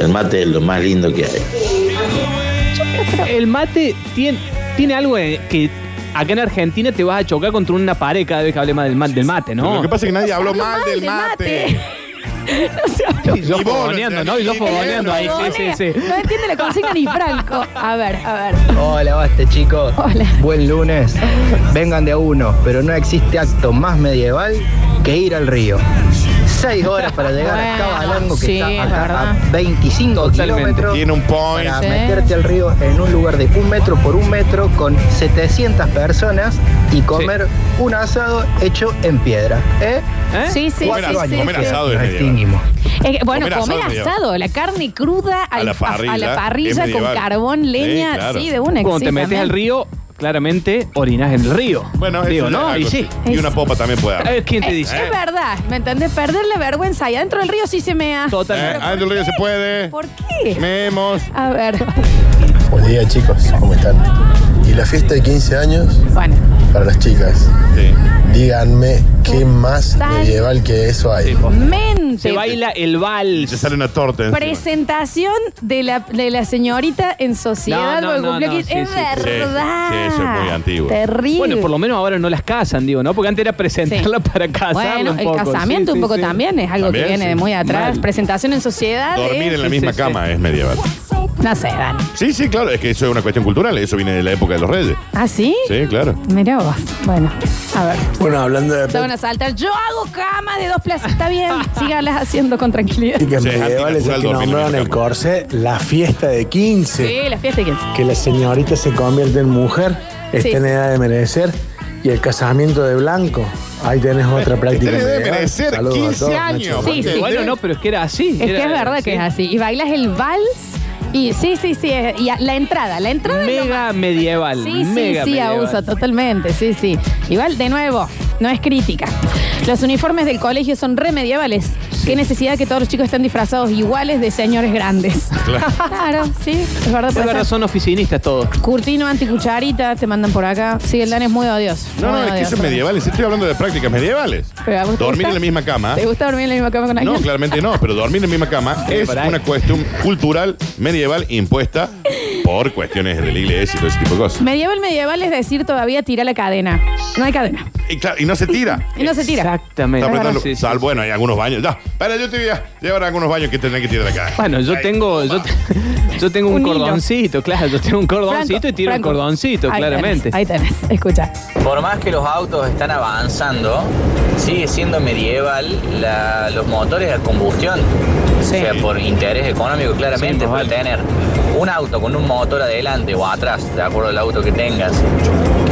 Speaker 7: El mate es lo más lindo que hay.
Speaker 3: El mate tiene, tiene algo eh, que acá en Argentina te vas a chocar contra una pared cada vez que hablemos del, ma- del mate,
Speaker 2: Pero
Speaker 3: ¿no?
Speaker 2: Lo que pasa es que nadie habló
Speaker 1: Habló
Speaker 2: mal del mate.
Speaker 1: no se habló
Speaker 3: Y yo
Speaker 2: Y vos,
Speaker 3: fogoneando, ¿no? Y yo
Speaker 2: y
Speaker 3: fogoneando ahí, sí, sí, sí.
Speaker 1: No entiende la consigna ni Franco. A ver, a ver.
Speaker 8: Hola, basta chicos.
Speaker 1: Hola.
Speaker 8: Buen lunes. Vengan de a uno, pero no existe acto más medieval que ir al río. Seis horas para llegar a
Speaker 1: Bueno,
Speaker 8: Cabalango, que
Speaker 1: sí,
Speaker 8: está
Speaker 1: es
Speaker 8: acá a
Speaker 1: verdad.
Speaker 8: 25
Speaker 3: Totalmente.
Speaker 8: kilómetros.
Speaker 2: Tiene un point.
Speaker 8: Para
Speaker 1: Sí.
Speaker 8: meterte al río en un lugar de un metro por un metro con 700 personas y comer un asado hecho en piedra. ¿Eh?
Speaker 3: ¿Eh?
Speaker 1: Sí, sí,
Speaker 2: Comer
Speaker 1: sí,
Speaker 2: asado,
Speaker 1: sí,
Speaker 2: comer
Speaker 1: sí.
Speaker 2: asado es
Speaker 8: Nos
Speaker 2: medieval.
Speaker 8: extinguimos.
Speaker 1: Es que, bueno,
Speaker 2: Comer asado
Speaker 1: comer
Speaker 2: es
Speaker 1: asado,
Speaker 2: medieval.
Speaker 1: la carne cruda al- a
Speaker 2: la
Speaker 1: a la
Speaker 2: parrilla, es
Speaker 1: parrilla con
Speaker 2: medieval.
Speaker 1: carbón, leña,
Speaker 2: Sí, claro.
Speaker 1: sí, de una
Speaker 3: Cuando
Speaker 1: sí,
Speaker 3: te metes
Speaker 1: también.
Speaker 3: al río, claramente orinas en el río.
Speaker 2: Bueno, eso
Speaker 3: Digo,
Speaker 2: ya es
Speaker 3: ¿no?
Speaker 2: algo,
Speaker 3: Y sí.
Speaker 2: Y una popa también puede haber.
Speaker 3: Eh, ¿Quién te
Speaker 1: Eh,
Speaker 3: dice?
Speaker 1: Es verdad, ¿me entendés? Perder la vergüenza. Y adentro del río sí se mea.
Speaker 2: Eh,
Speaker 3: Totalmente.
Speaker 2: Adentro del río se puede.
Speaker 1: ¿Por qué?
Speaker 2: Memos.
Speaker 1: A ver.
Speaker 9: Buen día chicos, ¿cómo están? Y la fiesta de 15 años
Speaker 1: Bueno,
Speaker 9: para las chicas.
Speaker 2: Sí.
Speaker 9: Díganme qué más
Speaker 1: Total.
Speaker 9: medieval que eso hay.
Speaker 1: mente.
Speaker 3: Se baila el
Speaker 2: Y se
Speaker 3: vals.
Speaker 2: sale una torta encima.
Speaker 1: Presentación de la, de la señorita en sociedad.
Speaker 3: No,
Speaker 1: porque
Speaker 3: no, no,
Speaker 1: cumplió
Speaker 3: no,
Speaker 1: 15.
Speaker 3: sí,
Speaker 1: es
Speaker 3: sí,
Speaker 2: sí.
Speaker 1: verdad.
Speaker 2: Sí, sí, eso es muy antiguo.
Speaker 1: Terrible.
Speaker 3: Bueno, por lo menos ahora no las casan, digo, ¿no? Porque antes era presentarla
Speaker 1: Sí.
Speaker 3: para casarla
Speaker 1: Bueno,
Speaker 3: un
Speaker 1: el
Speaker 3: poco.
Speaker 1: casamiento
Speaker 3: Sí,
Speaker 1: un
Speaker 3: sí,
Speaker 1: poco
Speaker 3: sí.
Speaker 1: también es algo
Speaker 2: También,
Speaker 1: que viene
Speaker 2: sí.
Speaker 1: de muy atrás.
Speaker 3: Mal.
Speaker 1: Presentación en sociedad.
Speaker 2: Dormir
Speaker 1: es-
Speaker 2: en la
Speaker 3: Sí,
Speaker 2: misma
Speaker 3: sí,
Speaker 2: cama es medieval.
Speaker 1: No sé, Dan.
Speaker 2: Sí, sí, claro, es que eso es una cuestión cultural, eso viene de la época de los reyes.
Speaker 1: ¿Ah, sí?
Speaker 2: Sí, claro.
Speaker 1: Mira vos. Bueno, a ver.
Speaker 9: Bueno, hablando de
Speaker 1: Te van a saltar. Yo hago camas de dos plazas. Está
Speaker 3: *laughs*
Speaker 1: bien. Sígalas haciendo con tranquilidad.
Speaker 9: prácticas
Speaker 2: Sí, es
Speaker 9: medievales, ya que
Speaker 2: antinatural dormir en
Speaker 9: nombraron
Speaker 2: una
Speaker 9: el
Speaker 2: cama.
Speaker 9: corset, la fiesta de 15.
Speaker 1: Sí, la fiesta que
Speaker 9: Que la señorita se convierte en mujer, este está
Speaker 1: Sí,
Speaker 9: en
Speaker 1: sí.
Speaker 9: edad de merecer. Y el casamiento de blanco. Ahí tenés otra práctica.
Speaker 2: Tiene de
Speaker 9: medieval.
Speaker 2: Este merecer
Speaker 9: Saludos a
Speaker 2: 15
Speaker 9: todos,
Speaker 2: años.
Speaker 9: Nacho.
Speaker 1: Sí, sí.
Speaker 3: Bueno, no, pero es que era así.
Speaker 1: Es que
Speaker 3: era-
Speaker 1: es verdad que
Speaker 3: sí.
Speaker 1: es así. Y bailas el vals Y sí, sí, sí. es- Y a- la entrada, la entrada es lo
Speaker 3: Mega
Speaker 1: más-
Speaker 3: medieval.
Speaker 1: Sí,
Speaker 3: mega
Speaker 1: sí, sí,
Speaker 3: medieval.
Speaker 1: abusa totalmente, sí, sí. Igual, de nuevo, no es crítica. Los uniformes del colegio son remedievales. Qué necesidad que todos los chicos estén disfrazados iguales de señores grandes.
Speaker 2: Claro.
Speaker 1: *laughs* Claro, sí, es verdad.
Speaker 3: Es
Speaker 1: puede
Speaker 3: verdad,
Speaker 1: ser.
Speaker 3: son oficinistas todos.
Speaker 1: Curtino anticucharita, te mandan por acá. Sí, el Dan es muy odioso.
Speaker 2: No,
Speaker 1: muy
Speaker 2: no, es que
Speaker 1: odioso.
Speaker 2: eso es medievales. Estoy hablando de prácticas medievales.
Speaker 1: Pero, ¿a vos te
Speaker 2: Dormir
Speaker 1: gusta?
Speaker 2: en la misma cama.
Speaker 1: ¿Te gusta dormir en la misma cama con alguien?
Speaker 2: No, claramente no, pero dormir en la misma cama es
Speaker 3: por ahí.
Speaker 2: una cuestión cultural medieval impuesta por cuestiones de la iglesia y todo ese tipo de cosas.
Speaker 1: Medieval, medieval es decir, todavía tira la cadena. No hay cadena.
Speaker 2: Y, claro, y no
Speaker 1: *laughs*
Speaker 2: se tira.
Speaker 1: Y no se tira.
Speaker 2: Está
Speaker 3: Exactamente.
Speaker 2: apretando-
Speaker 3: Sí, sí,
Speaker 2: sal,
Speaker 3: sí.
Speaker 2: bueno, hay algunos baños. No, para, yo te voy a llevar a algunos baños que tendrán que tirar la cara.
Speaker 3: Bueno, yo
Speaker 2: Ahí.
Speaker 3: tengo, yo, te- *laughs* yo tengo un,
Speaker 1: Un hilo.
Speaker 3: cordoncito, claro, yo tengo un cordoncito
Speaker 1: Franco,
Speaker 3: y tiro
Speaker 1: Franco.
Speaker 3: un cordoncito,
Speaker 1: Ahí
Speaker 3: claramente.
Speaker 1: tenés, ahí tenés, escucha.
Speaker 6: Por más que los autos están avanzando, sigue siendo medieval la- los motores a combustión.
Speaker 1: Sí.
Speaker 6: O sea, por interés económico, claramente,
Speaker 3: Sí, más
Speaker 6: por
Speaker 3: vale.
Speaker 6: tener un auto con un motor adelante o atrás, de acuerdo al auto que tengas,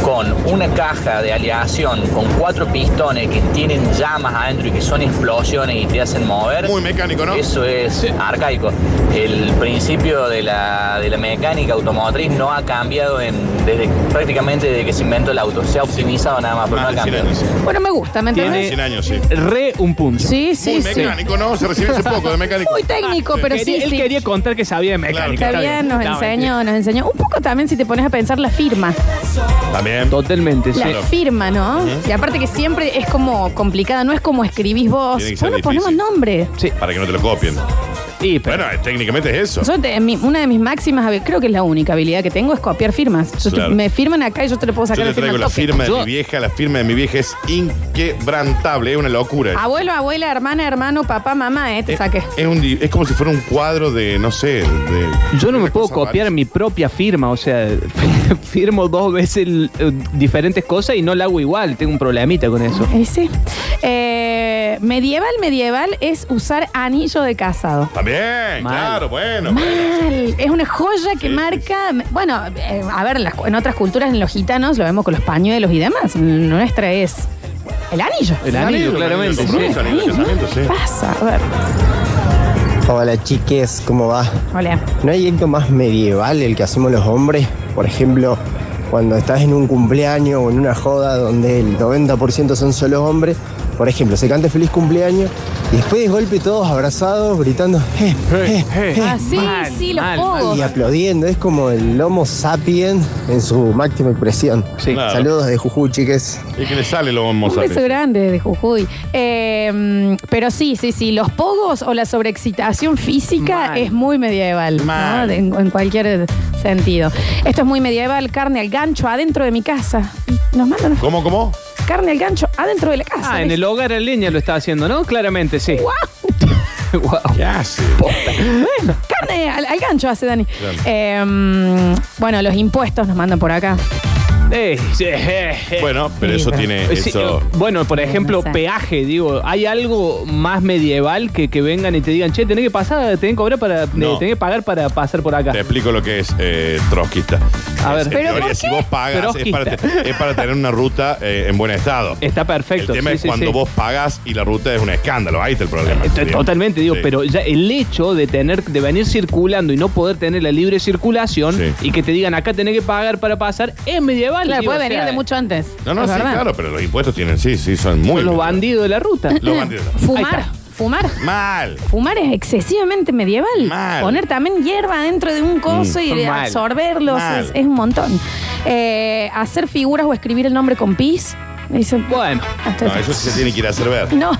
Speaker 6: con una caja de aleación, con cuatro pistones que tienen llamas adentro y que son explosiones y te hacen mover.
Speaker 2: Muy mecánico, ¿no?
Speaker 6: Eso es arcaico. El principio de la, de la mecánica automotriz no ha cambiado en, desde, prácticamente desde que se inventó el auto. Se ha optimizado nada más, pero
Speaker 2: Más
Speaker 6: no ha
Speaker 2: de 100
Speaker 6: cambiado.
Speaker 2: años.
Speaker 1: Bueno, me gusta, ¿me
Speaker 3: Tiene-
Speaker 1: entendés?
Speaker 2: 100 años, sí.
Speaker 3: Re un punto.
Speaker 1: Sí, sí,
Speaker 2: Muy
Speaker 1: sí.
Speaker 2: mecánico, ¿no? Se recibe hace poco de mecánico.
Speaker 1: Muy técnico, pero
Speaker 3: Quería-
Speaker 1: sí,
Speaker 3: Ah, él
Speaker 1: sí.
Speaker 3: quería contar que sabía de mecánica.
Speaker 2: Claro.
Speaker 1: Está bien, nos
Speaker 3: Está
Speaker 1: enseñó, nos enseñó. Un poco también si te pones a pensar la firma.
Speaker 2: También.
Speaker 3: Totalmente, sí.
Speaker 1: La firma, ¿no? Y aparte que siempre es como complicada, no es como escribís vos.
Speaker 2: Tiene que ser
Speaker 1: Bueno, ponemos
Speaker 2: difícil.
Speaker 1: nombre.
Speaker 3: Sí,
Speaker 2: Para que no te lo copien.
Speaker 3: y, pero-
Speaker 2: Bueno, eh, técnicamente es eso.
Speaker 1: Yo te- mi- una de mis máximas, habi- creo que es la única habilidad que tengo, es copiar firmas. Yo te-
Speaker 2: Claro.
Speaker 1: me firman acá y yo te le puedo
Speaker 2: Yo
Speaker 1: sacar
Speaker 2: te
Speaker 1: la firma
Speaker 2: traigo
Speaker 1: al
Speaker 2: la
Speaker 1: toque.
Speaker 2: firma de
Speaker 3: Yo-
Speaker 2: mi vieja. La firma de mi vieja es inquebrantable. Es una locura.
Speaker 1: Abuelo, abuela, hermana, hermano, papá, mamá, eh, te
Speaker 2: Es-
Speaker 1: saqué.
Speaker 2: Es, un di- es como si fuera un cuadro de, no sé, de.
Speaker 3: yo no me
Speaker 2: una
Speaker 3: puedo
Speaker 2: cosa
Speaker 3: copiar
Speaker 2: rarísima.
Speaker 3: mi propia firma, o sea, *laughs* firmo dos veces el- eh, diferentes cosas y no la hago igual, tengo un problemita con eso.
Speaker 1: Eh, sí. Eh, medieval, medieval es usar anillo de casado.
Speaker 2: También,
Speaker 3: Mal.
Speaker 2: claro, bueno.
Speaker 1: Mal. Es una joya que
Speaker 2: Sí,
Speaker 1: marca. Bueno, eh, a ver, en, las- en otras culturas, en los gitanos, lo vemos con los pañuelos y demás. En Nuestra es el anillo.
Speaker 3: El
Speaker 2: Un
Speaker 3: anillo,
Speaker 2: un
Speaker 3: claramente,
Speaker 2: de
Speaker 3: sí.
Speaker 2: compromiso, anillo de
Speaker 1: Ahí, ¿no?
Speaker 2: casamiento, sí.
Speaker 1: Pasa, a ver.
Speaker 8: Hola chiques, ¿cómo va?
Speaker 1: Hola.
Speaker 8: ¿No hay acto más medieval el que hacemos los hombres? Por ejemplo, cuando estás en un cumpleaños o en una joda donde el 90% son solo hombres, por ejemplo, se canta feliz cumpleaños y después de golpe todos abrazados, gritando "Eh, eh, eh",
Speaker 1: Ah, sí,
Speaker 3: mal,
Speaker 1: sí, los
Speaker 3: mal,
Speaker 1: pogos.
Speaker 8: y aplaudiendo. Es como el Homo sapiens en su máxima expresión.
Speaker 3: Sí.
Speaker 2: Claro.
Speaker 8: Saludos de Jujuy, chiques.
Speaker 2: Y que le sale lo
Speaker 1: Un
Speaker 2: mozarte.
Speaker 1: beso grande de Jujuy. Eh, pero sí, sí, sí, los pogos o la sobreexcitación física
Speaker 3: Mal.
Speaker 1: es muy medieval, ¿no?
Speaker 2: Mal.
Speaker 1: De- en, en cualquier sentido. Esto es muy medieval, carne al gancho adentro de mi casa. Nos mandan
Speaker 2: ¿Cómo, cómo?
Speaker 1: carne al gancho adentro de la casa.
Speaker 3: Ah, en el hogar en línea lo está haciendo, ¿no? Claramente, sí. *laughs* Guau.
Speaker 2: ¿Qué hace?
Speaker 1: Bueno, carne al, al gancho hace Dani.
Speaker 2: Claro.
Speaker 1: Eh, bueno, los impuestos nos mandan por acá.
Speaker 3: Ey, sí, eh, eh.
Speaker 2: Bueno, pero
Speaker 1: Sí,
Speaker 2: eso
Speaker 1: pero-
Speaker 2: tiene.
Speaker 3: Eh, sí,
Speaker 2: Eso.
Speaker 3: eh, bueno, por ejemplo,
Speaker 1: no sé.
Speaker 3: peaje, digo, ¿hay algo más medieval que, que vengan y te digan, che, tenés que pasar, tenés que cobrar para, eh,
Speaker 2: No.
Speaker 3: tenés que pagar para pasar por acá?
Speaker 2: Te explico lo que es eh, trotskista.
Speaker 3: A ver.
Speaker 2: Es, en
Speaker 3: ¿Pero
Speaker 2: teoría,
Speaker 1: por
Speaker 2: si
Speaker 1: qué?
Speaker 2: vos pagas, es para,
Speaker 3: Trotskista.
Speaker 2: te- es para tener una ruta eh, en buen estado.
Speaker 3: Está perfecto.
Speaker 2: el tema
Speaker 3: sí,
Speaker 2: es
Speaker 3: sí,
Speaker 2: cuando
Speaker 3: sí.
Speaker 2: vos pagás y la ruta es un escándalo. Ahí está el problema.
Speaker 3: Eh,
Speaker 2: digamos.
Speaker 3: Totalmente, digo,
Speaker 2: Sí.
Speaker 3: pero ya el hecho de tener, de venir circulando y no poder tener la libre circulación
Speaker 2: Sí.
Speaker 3: y que te digan acá tenés que pagar para pasar, es medieval.
Speaker 1: Claro,
Speaker 3: digo,
Speaker 1: puede
Speaker 3: o sea,
Speaker 1: venir de mucho antes.
Speaker 2: No, no,
Speaker 1: es
Speaker 2: sí,
Speaker 1: verdad.
Speaker 2: claro, pero los impuestos tienen, sí, sí, son muy.
Speaker 3: son los bandidos de la ruta.
Speaker 2: Los bandidos.
Speaker 1: Fumar,
Speaker 3: Ahí está.
Speaker 1: fumar.
Speaker 2: Mal.
Speaker 1: Fumar es excesivamente medieval.
Speaker 2: Mal. Mm,
Speaker 1: Poner también hierba dentro de un coso y de
Speaker 3: Mal.
Speaker 1: absorberlos
Speaker 2: Mal.
Speaker 1: es, es un montón. Eh, hacer figuras o escribir el nombre con pis. Dice,
Speaker 3: Bueno,
Speaker 1: hasta-
Speaker 2: No, eso sí se tiene que ir a hacer ver.
Speaker 1: no,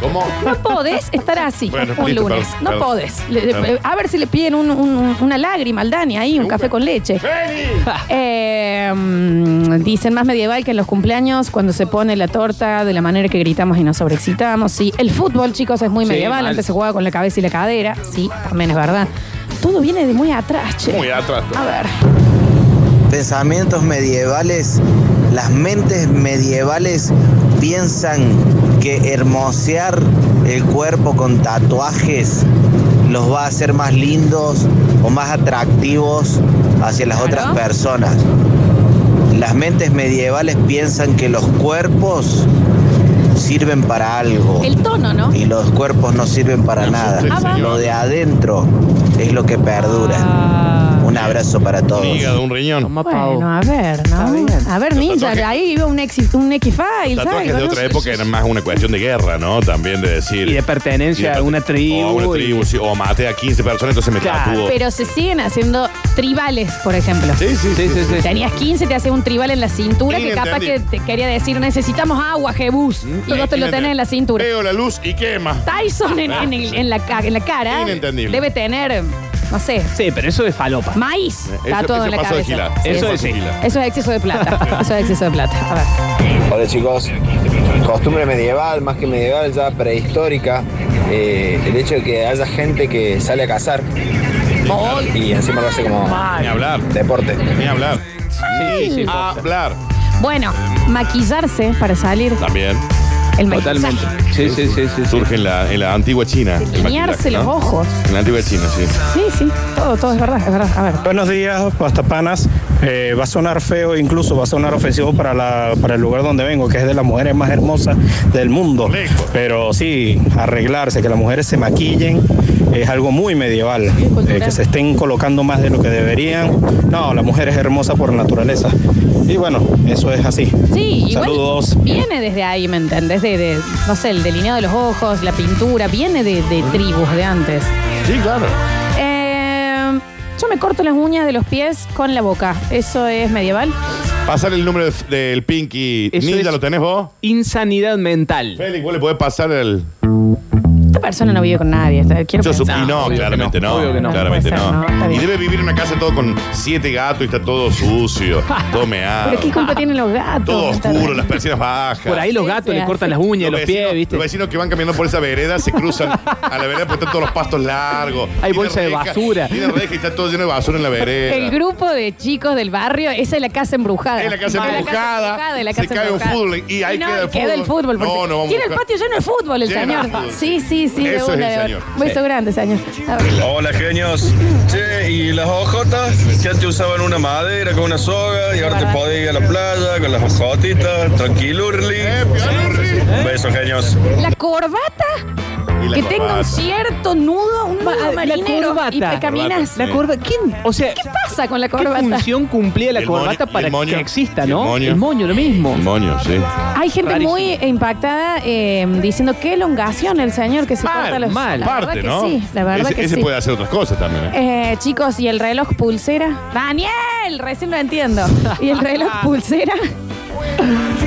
Speaker 2: ¿Cómo?
Speaker 1: no podés estar así
Speaker 2: *laughs* Bueno,
Speaker 1: un
Speaker 2: listo,
Speaker 1: lunes.
Speaker 2: perdón,
Speaker 1: no
Speaker 2: perdón.
Speaker 1: podés. Le- le-
Speaker 2: Perdón.
Speaker 1: a ver si le piden un- un- una lágrima al Dani ahí, un café con leche.
Speaker 2: ¡Feli!
Speaker 1: *laughs* Eh, mm, dicen más medieval que en los cumpleaños, cuando se pone la torta de la manera que gritamos y nos sobreexcitamos. Sí, el fútbol, chicos, es muy
Speaker 3: Sí,
Speaker 1: medieval.
Speaker 3: mal.
Speaker 1: Antes se jugaba con la cabeza y la cadera. Sí, también es verdad. Todo viene de muy atrás, che.
Speaker 2: Muy atrás.
Speaker 3: Ah,
Speaker 1: A ver.
Speaker 6: Pensamientos medievales, las mentes medievales piensan que hermosear el cuerpo con tatuajes los va a hacer más lindos o más atractivos hacia las
Speaker 1: Claro.
Speaker 6: otras personas. Las mentes medievales piensan que los cuerpos
Speaker 10: sirven para algo
Speaker 1: El tono, ¿no?
Speaker 10: y los cuerpos no sirven para nada.
Speaker 1: Ah, va.
Speaker 10: Lo de adentro es lo que perdura.
Speaker 1: Ah,
Speaker 10: Un abrazo para
Speaker 2: Un
Speaker 10: todos.
Speaker 2: hígado, un riñón.
Speaker 1: bueno, a ver, ¿no? A ver, ninja,
Speaker 2: tatuajes-
Speaker 1: ahí iba un, X- un X-File,
Speaker 2: Tatuajes de otra época eran más una cuestión de guerra, ¿no? También de decir.
Speaker 3: Y de pertenencia a una tribu.
Speaker 2: O a una
Speaker 3: y-
Speaker 2: tribu, sí, o maté a 15 personas, entonces me
Speaker 3: Claro.
Speaker 2: tatuó.
Speaker 1: Pero se siguen haciendo tribales, por ejemplo.
Speaker 2: Sí, sí,
Speaker 3: Sí, sí, sí.
Speaker 1: Tenías 15, te hacías un tribal en la cintura que capaz que
Speaker 2: Inentendible.
Speaker 1: te quería decir necesitamos agua, Jebus.
Speaker 2: Mm,
Speaker 1: Y vos te lo tenés en la cintura.
Speaker 2: Veo la luz y quema.
Speaker 1: Tyson en, en el- en la, ca- en la cara
Speaker 2: Inentendible.
Speaker 1: debe tener, no sé,
Speaker 3: Sí, pero eso es falopa.
Speaker 1: maíz tatuado en la
Speaker 2: pasó de
Speaker 1: cabeza.
Speaker 2: gila.
Speaker 1: Sí,
Speaker 3: Eso
Speaker 2: pasó
Speaker 3: es
Speaker 2: de
Speaker 3: sí.
Speaker 2: gila.
Speaker 1: Eso es exceso de plata.
Speaker 2: *laughs*
Speaker 1: Eso es exceso de plata. A ver.
Speaker 11: Hola chicos, costumbre medieval, más que medieval, ya prehistórica, eh, el hecho de que haya gente que sale a cazar y encima lo hace como
Speaker 2: Ni hablar,
Speaker 11: deporte.
Speaker 2: ni hablar. Ni
Speaker 1: sí,
Speaker 2: hablar.
Speaker 1: Bueno, maquillarse para salir.
Speaker 2: También
Speaker 1: El maquillaje.
Speaker 3: Totalmente. Sí, sí, sí, sí. sí.
Speaker 2: surge en la, en la antigua China. el
Speaker 1: Guiñarse
Speaker 2: maquillaje,
Speaker 1: los
Speaker 2: ¿no?
Speaker 1: ojos.
Speaker 2: En la antigua China, sí.
Speaker 1: Sí, sí. Todo, todo es verdad, es verdad. A ver.
Speaker 11: Buenos días, pastapanas. Eh, va a sonar feo, incluso va a sonar ofensivo para, la, para el lugar donde vengo, que es de las mujeres más hermosas del mundo.
Speaker 2: Lejos.
Speaker 11: Pero sí, arreglarse, que las mujeres se maquillen, es algo muy medieval.
Speaker 1: cultural.
Speaker 11: Eh, que se estén colocando más de lo que deberían. No, la mujer es hermosa por naturaleza. Y bueno, eso es así.
Speaker 1: Sí, igual
Speaker 11: Saludos.
Speaker 1: viene desde ahí, ¿me entendés? De, de, no sé, el delineado de los ojos, la pintura, viene de, de tribus de antes.
Speaker 2: Sí, claro.
Speaker 1: Eh, yo me corto las uñas de los pies con la boca. ¿Eso es medieval?
Speaker 2: Pasar el número de- del Pinky
Speaker 3: Eso
Speaker 2: Ninja,
Speaker 3: es-
Speaker 2: ¿lo tenés vos?
Speaker 3: Insanidad mental.
Speaker 2: Félix, vos le podés pasar el.
Speaker 1: Esta persona no vive con nadie. está- Quiero
Speaker 2: Yo
Speaker 1: pensar.
Speaker 2: supongo. No,
Speaker 3: obvio que
Speaker 2: claramente
Speaker 3: no,
Speaker 2: no.
Speaker 3: obvio que no.
Speaker 2: Claramente
Speaker 1: Puede ser,
Speaker 2: no.
Speaker 1: no, está
Speaker 2: Y
Speaker 1: bien.
Speaker 2: debe vivir en una casa todo con siete gatos y está
Speaker 1: *laughs*
Speaker 2: todo sucio. Todo meado.
Speaker 1: Pero ¿qué culpa tienen los gatos?
Speaker 2: Todo oscuro, las persianas bajas.
Speaker 3: Por ahí los
Speaker 1: Sí,
Speaker 3: gatos
Speaker 1: se
Speaker 3: le cortan
Speaker 1: hace.
Speaker 3: las uñas, los
Speaker 2: vecinos-
Speaker 3: pies, ¿viste?
Speaker 2: los vecinos que van caminando por esa vereda se cruzan a la vereda porque están todos los pastos largos.
Speaker 3: Hay
Speaker 2: Tiene
Speaker 3: bolsa de
Speaker 2: reja-
Speaker 3: basura.
Speaker 2: Tiene reja y está todo lleno de basura en la vereda.
Speaker 1: El grupo de chicos del barrio, esa es la casa embrujada.
Speaker 2: Es la casa
Speaker 1: Es
Speaker 2: embrujada,
Speaker 1: es la
Speaker 2: se
Speaker 1: casa
Speaker 2: cae un
Speaker 1: embrujada.
Speaker 2: fútbol y ahí
Speaker 1: no,
Speaker 2: queda el
Speaker 1: y queda el
Speaker 2: fútbol.
Speaker 1: fútbol. porque
Speaker 2: No, no vamos a
Speaker 1: Tiene el
Speaker 2: buscar.
Speaker 1: patio lleno de fútbol el
Speaker 2: Lleno de
Speaker 1: señor.
Speaker 2: fútbol.
Speaker 1: Sí, sí, sí. de
Speaker 2: Eso es
Speaker 1: una,
Speaker 2: el
Speaker 1: de
Speaker 2: señor.
Speaker 1: otra. Beso grande, señor. A ver.
Speaker 11: Hola genios. Che, y las hojotas que antes usaban una madera con una soga y ahora te podés ir a la playa con las hojotitas, tranquilo, Urli.
Speaker 2: Eh, Piolurri.
Speaker 11: Besos genios.
Speaker 1: La corbata
Speaker 2: Y la
Speaker 1: que tenga un
Speaker 2: corbata.
Speaker 1: cierto nudo, un
Speaker 3: Ma-
Speaker 1: nudo
Speaker 3: la
Speaker 1: marinero
Speaker 3: corbata.
Speaker 1: y te caminas.
Speaker 2: Corbata,
Speaker 3: La corba, ¿quién? O sea,
Speaker 1: ¿Qué pasa con la
Speaker 3: ¿qué
Speaker 1: corbata?
Speaker 3: función cumplía la
Speaker 2: El
Speaker 3: corbata
Speaker 2: moño, y
Speaker 3: para
Speaker 2: el moño,
Speaker 3: que exista,
Speaker 2: y el
Speaker 3: no?
Speaker 2: moño.
Speaker 3: El moño, lo mismo.
Speaker 2: Moño, sí.
Speaker 1: Hay gente
Speaker 3: Rarísimo.
Speaker 1: muy impactada eh, diciendo qué elongación el señor que se
Speaker 3: Mal,
Speaker 1: corta los
Speaker 3: mal.
Speaker 1: la
Speaker 2: Parte,
Speaker 1: verdad que
Speaker 2: ¿no?
Speaker 1: sí, la verdad
Speaker 2: ese,
Speaker 1: que
Speaker 2: ese
Speaker 1: sí.
Speaker 2: puede hacer otras cosas también. ¿eh?
Speaker 1: Eh, chicos, ¿y el reloj pulsera? ¡Daniel! Recién lo
Speaker 2: *laughs*
Speaker 1: entiendo. ¿Y el reloj pulsera?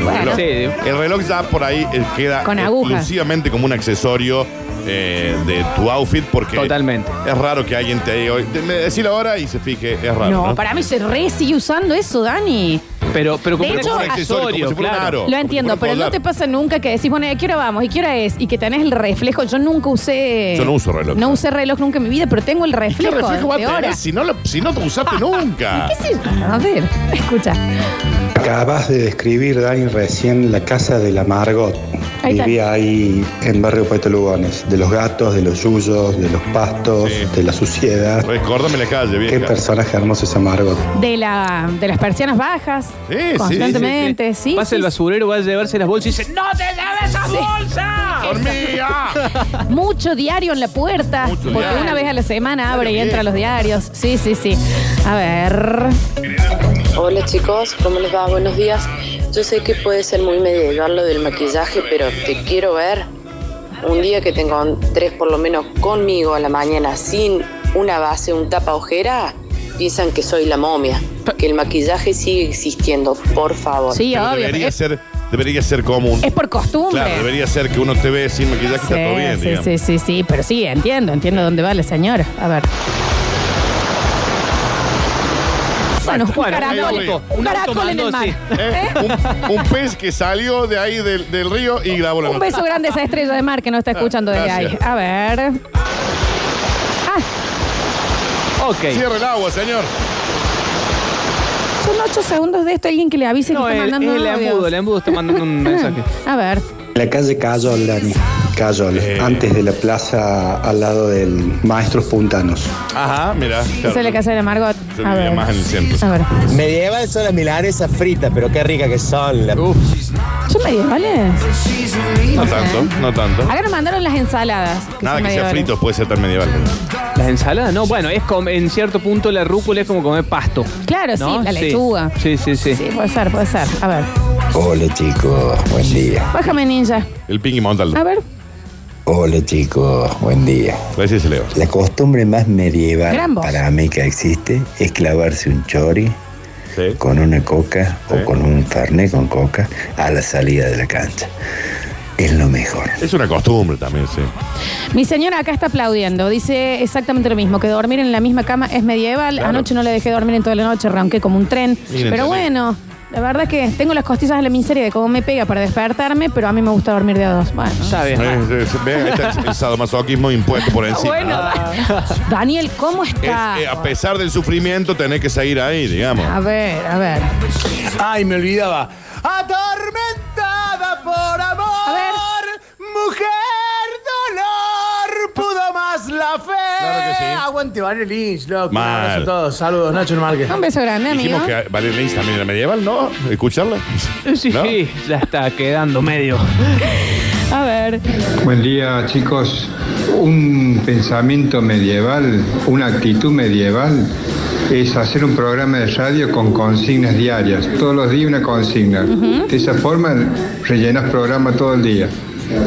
Speaker 1: Bueno,
Speaker 2: reloj.
Speaker 3: Sí,
Speaker 2: El reloj ya por ahí eh, queda
Speaker 1: Con agujas.
Speaker 2: exclusivamente como un accesorio eh, de tu outfit porque
Speaker 3: Totalmente.
Speaker 2: es raro que alguien te diga, "Oye, te- me decís la hora y se fije, es raro. No,
Speaker 1: no, para mí se re sigue usando eso, Dani.
Speaker 3: Pero, pero como
Speaker 1: De
Speaker 3: un
Speaker 1: hecho,
Speaker 2: como si fuera un aro.
Speaker 1: Lo entiendo,
Speaker 2: como si fuera
Speaker 1: pero
Speaker 2: un
Speaker 1: no
Speaker 2: collar.
Speaker 1: te pasa nunca que decís, bueno, ¿a qué hora vamos? ¿Y qué hora es? Y que tenés el reflejo. Yo nunca usé.
Speaker 2: Yo no uso reloj.
Speaker 1: No usé reloj nunca en mi vida, pero tengo el
Speaker 2: ¿Qué
Speaker 1: reflejo.
Speaker 2: reflejo va a
Speaker 1: de
Speaker 2: tener
Speaker 1: hora.
Speaker 2: si no, lo, si no te usaste
Speaker 1: *laughs*
Speaker 2: nunca?
Speaker 1: ¿Qué sé yo? A ver, escucha.
Speaker 11: Acabas de describir, Dani, recién la casa de la Margot.
Speaker 1: Ahí está.
Speaker 11: Vivía ahí en Barrio Puerto Lugones. De los gatos, de los yuyos, de los pastos,
Speaker 2: Sí.
Speaker 11: de la suciedad.
Speaker 2: Recórdame la calle,
Speaker 11: Qué
Speaker 2: vieja.
Speaker 11: personaje hermoso esa Margot.
Speaker 1: De, la, de las persianas bajas.
Speaker 2: Sí, sí,
Speaker 1: constantemente, sí.
Speaker 3: Pasa
Speaker 1: sí,
Speaker 3: el basurero, va a llevarse las bolsas y dice, ¡No te lleves esas
Speaker 1: Sí.
Speaker 3: bolsas!
Speaker 2: ¡Hormiga! *laughs*
Speaker 1: Mucho diario en la puerta.
Speaker 2: Mucho
Speaker 1: porque
Speaker 2: diario.
Speaker 1: una vez a la semana abre y
Speaker 2: Diario
Speaker 1: entra a
Speaker 2: bien.
Speaker 1: los diarios. Sí, sí, sí. A ver.
Speaker 12: Hola chicos, ¿cómo les va? Buenos días. Yo sé que puede ser muy medieval lo del maquillaje, pero te quiero ver un día que te tres por lo menos conmigo a la mañana sin una base, un tapa ojera, piensan que soy la momia. Que el maquillaje sigue existiendo, por favor.
Speaker 1: Sí,
Speaker 2: Pero
Speaker 1: obvio.
Speaker 2: debería,
Speaker 1: Es,
Speaker 2: ser, debería ser común.
Speaker 1: es por costumbre.
Speaker 2: Claro, debería ser que uno te ve sin maquillaje, está todo bien,
Speaker 1: sí,
Speaker 2: digamos.
Speaker 1: sí, sí, sí, pero sí, entiendo, entiendo dónde va la señora. A ver. Bueno, un
Speaker 3: Bueno,
Speaker 1: caracol,
Speaker 2: ahí voy.
Speaker 1: un
Speaker 3: Un
Speaker 1: caracol
Speaker 3: auto
Speaker 1: en el mar.
Speaker 3: mandó,
Speaker 2: Eh, un, un pez que salió de ahí del, del río y grabó la
Speaker 1: Un
Speaker 2: nota.
Speaker 1: beso grande a esa estrella de mar que no
Speaker 3: Ah,
Speaker 1: está escuchando desde ahí.
Speaker 2: Gracias.
Speaker 1: A ver.
Speaker 3: Ok.
Speaker 2: Cierra el agua, señor.
Speaker 1: Son ocho segundos de esto. Alguien que le avise
Speaker 3: No,
Speaker 1: que está
Speaker 3: el,
Speaker 1: mandando
Speaker 3: el
Speaker 1: audios.
Speaker 3: embudo, el embudo está mandando
Speaker 1: *laughs*
Speaker 3: un mensaje.
Speaker 1: A ver.
Speaker 11: La calle Cayol, Dani. Cayol,
Speaker 2: Eh.
Speaker 11: antes de la plaza al lado del Maestros Puntanos.
Speaker 2: Ajá, mira.
Speaker 1: Esa es la casa de Margot.
Speaker 2: Yo
Speaker 1: A
Speaker 2: vivía
Speaker 1: ver. Ah,
Speaker 2: más en el centro.
Speaker 1: A ver.
Speaker 11: Medieval son las milanesas fritas, pero qué ricas que son. La
Speaker 3: Uf.
Speaker 1: ¿Son medievales?
Speaker 2: No
Speaker 1: Ok.
Speaker 2: tanto, no tanto.
Speaker 1: Acá nos mandaron las ensaladas.
Speaker 2: Nada
Speaker 1: son
Speaker 2: que sea
Speaker 1: medievales.
Speaker 2: frito puede ser tan medieval.
Speaker 3: Las ensaladas, no, bueno, es como, en cierto punto la rúcula es como comer pasto.
Speaker 1: Claro, sí,
Speaker 3: ¿no?
Speaker 1: la lechuga.
Speaker 3: Sí, sí, sí.
Speaker 1: Sí, puede ser, puede ser. A ver,
Speaker 9: Hola chicos, buen día.
Speaker 1: bájame ninja.
Speaker 2: El Pinky Montaldo.
Speaker 1: A ver.
Speaker 9: Hola chicos, buen día.
Speaker 2: Gracias, Leo.
Speaker 9: La costumbre más medieval
Speaker 1: Gran voz.
Speaker 9: para mí que existe es clavarse un chori
Speaker 2: Sí.
Speaker 9: con una coca o con un fernet con coca a la salida de la cancha. Es lo mejor.
Speaker 2: Es una costumbre también, sí.
Speaker 1: Mi señora acá está aplaudiendo. Dice exactamente lo mismo, que dormir en la misma cama es medieval. Anoche no le dejé dormir en toda la noche, ronqué como un tren.
Speaker 2: Miren,
Speaker 1: pero
Speaker 2: tenés-
Speaker 1: bueno, la verdad que tengo las costillas de la miseria de cómo me pega para despertarme, pero a mí me gusta dormir de a dos. Bueno.
Speaker 3: Está bien.
Speaker 2: Eh, eh, Vean, ahí está el sadomasoquismo impuesto por encima.
Speaker 1: Bueno,
Speaker 13: Ah.
Speaker 1: *laughs* Daniel, ¿cómo
Speaker 2: Es,
Speaker 1: está?
Speaker 2: eh, a pesar del sufrimiento, tenés que seguir ahí, digamos.
Speaker 1: A ver, a ver.
Speaker 13: Ay, me olvidaba. Atormentada por amor, mujer, dolor, pudo más la fe. Claro que sí. Aguante, Valeria Lynch,
Speaker 1: Ah,
Speaker 13: loco. Un
Speaker 2: Mal.
Speaker 13: abrazo a todos. Oh, Saludos, Nacho Márquez.
Speaker 1: Un beso grande, amigo.
Speaker 2: Dijimos que Valeria Lynch también era medieval, ¿no? ¿Escucharla?
Speaker 3: Sí, ya está quedando medio.
Speaker 1: A ver.
Speaker 14: Buen día chicos. Un pensamiento medieval, una actitud medieval es hacer un programa de radio con consignas diarias. Todos los días una consigna. De esa forma rellenas programa todo el día.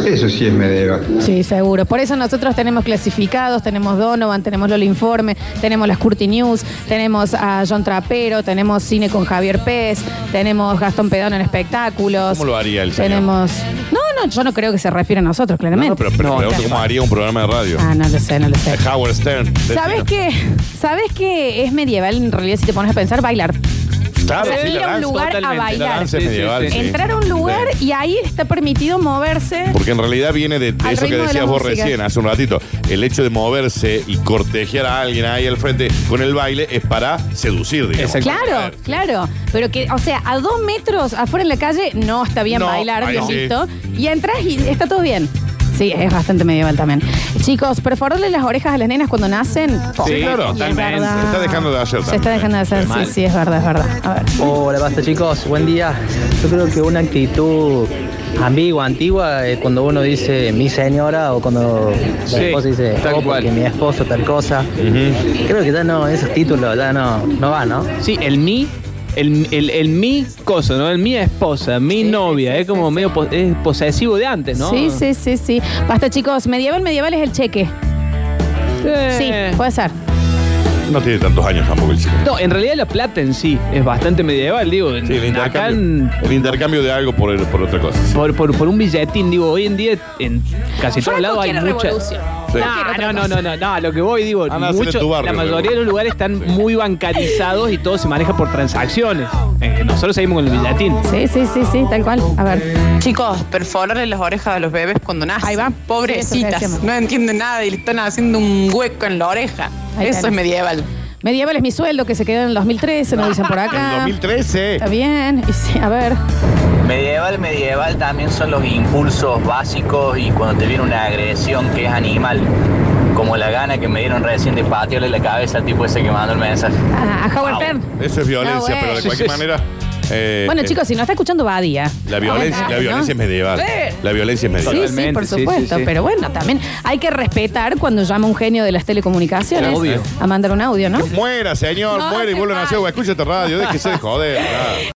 Speaker 14: Eso sí es medieval.
Speaker 1: Sí, seguro. Por eso nosotros tenemos clasificados, tenemos Donovan, tenemos Lola Informe, tenemos las Curti News, tenemos a John Trapero, tenemos Cine con Javier Pérez, tenemos Gastón Pedón en espectáculos.
Speaker 2: ¿Cómo lo haría el señor?
Speaker 1: Tenemos. No, no, yo no creo que se refiere a nosotros, claramente.
Speaker 2: No, pero, pero me pregunto cómo haría un programa de radio.
Speaker 1: Ah, no lo sé, no lo sé.
Speaker 2: Howard Stern.
Speaker 1: ¿Sabes qué? ¿Sabes qué es medieval en realidad si te pones a pensar? Bailar.
Speaker 2: Claro,
Speaker 1: O sea,
Speaker 2: sí,
Speaker 1: ir
Speaker 2: la
Speaker 1: a un
Speaker 2: danza.
Speaker 1: lugar a
Speaker 2: Totalmente. La
Speaker 1: bailar.
Speaker 2: danza es medieval, sí.
Speaker 1: Entrar a un lugar y ahí está permitido moverse.
Speaker 2: Porque en realidad viene de, de
Speaker 1: Al
Speaker 2: eso que
Speaker 1: ritmo de
Speaker 2: decías
Speaker 1: la
Speaker 2: vos
Speaker 1: música.
Speaker 2: recién, hace un ratito. El hecho de moverse y cortejear a alguien ahí al frente con el baile es para seducir, digamos.
Speaker 1: Claro, claro. Pero que, o sea, a dos metros afuera en la calle no está bien
Speaker 2: No,
Speaker 1: bailar,
Speaker 2: ahí no.
Speaker 1: Dionisito. Y entras y está todo bien. Sí, es bastante medieval también. Chicos, perforarle las orejas a las nenas cuando nacen.
Speaker 2: Sí, claro.
Speaker 1: Es verdad.
Speaker 2: Se está dejando de hacer
Speaker 1: Se está dejando de hacer, sí, sí, es verdad, es verdad. A ver.
Speaker 15: Hola, basta chicos, buen día. Yo creo que una actitud ambigua, antigua, es cuando uno dice mi señora o cuando la
Speaker 3: Sí,
Speaker 15: esposa dice
Speaker 3: tal
Speaker 15: "Oh, porque mi esposo tal cosa. Creo que ya no, esos títulos ya no, no van, ¿no?
Speaker 3: Sí, el mi, el, el, el mi cosa, ¿no? El mi esposa, mi novia. es como medio po- es posesivo de antes, ¿no?
Speaker 1: Sí, sí, sí, sí. Basta, chicos. Medieval, medieval es el cheque.
Speaker 3: Eh.
Speaker 1: Sí, puede ser.
Speaker 2: No tiene tantos años tampoco el chico.
Speaker 3: No, en realidad la plata en sí es bastante medieval, digo.
Speaker 2: Sí, el
Speaker 3: acá
Speaker 2: intercambio,
Speaker 3: en-
Speaker 2: el intercambio de algo por, por otra cosa. sí.
Speaker 3: por, por- por un billetín, digo, hoy en día en casi todos lados hay muchas.
Speaker 2: Sí.
Speaker 3: No, no, no, no, no, no, a lo que voy digo,
Speaker 2: Anda a hacer en
Speaker 3: mucho-
Speaker 2: tu barrio,
Speaker 3: la
Speaker 2: seguro.
Speaker 3: mayoría de los lugares están muy bancarizados y todo se maneja por transacciones. Eh, nosotros seguimos con el billetín.
Speaker 1: Sí, sí, sí, sí, tal cual. A ver.
Speaker 16: Chicos, perforarle las orejas a los bebés cuando nacen. Ahí va.
Speaker 1: Sí, eso
Speaker 16: Pobrecitas.
Speaker 1: que hacemos.
Speaker 16: no entienden nada y le están haciendo un hueco en la oreja.
Speaker 1: Ahí
Speaker 16: Eso
Speaker 1: tenés.
Speaker 16: es medieval.
Speaker 1: Medieval es mi sueldo que se quedó en el 2013, nos
Speaker 2: *laughs*
Speaker 1: dicen por acá.
Speaker 6: En 2013.
Speaker 1: Está bien. Y sí, a ver.
Speaker 6: Medieval, medieval también son los impulsos básicos y cuando te viene una agresión que es animal, como la gana que me dieron recién de patearle la cabeza al tipo ese que mandó el mensaje.
Speaker 1: Ah, A Howard Stern.
Speaker 2: Eso es
Speaker 1: No,
Speaker 2: violencia,
Speaker 1: bueno.
Speaker 2: pero de
Speaker 1: Sí,
Speaker 2: cualquier
Speaker 1: sí, sí.
Speaker 2: manera. eh,
Speaker 1: Bueno,
Speaker 2: eh,
Speaker 1: chicos, si no está escuchando Badía.
Speaker 2: La violencia,
Speaker 1: Ah,
Speaker 2: la
Speaker 1: ¿no?
Speaker 2: violencia es medieval.
Speaker 1: Sí.
Speaker 2: La violencia es medieval.
Speaker 1: Sí, sí, por supuesto. Pero bueno, también hay que respetar cuando llama un genio de las telecomunicaciones
Speaker 2: Obvio.
Speaker 1: a mandar un audio, ¿no?
Speaker 2: Muera, señor,
Speaker 1: No
Speaker 2: muera y
Speaker 1: hace *laughs*
Speaker 2: vuelvan a hacer. Escucha esta radio, déjese de joder. ah.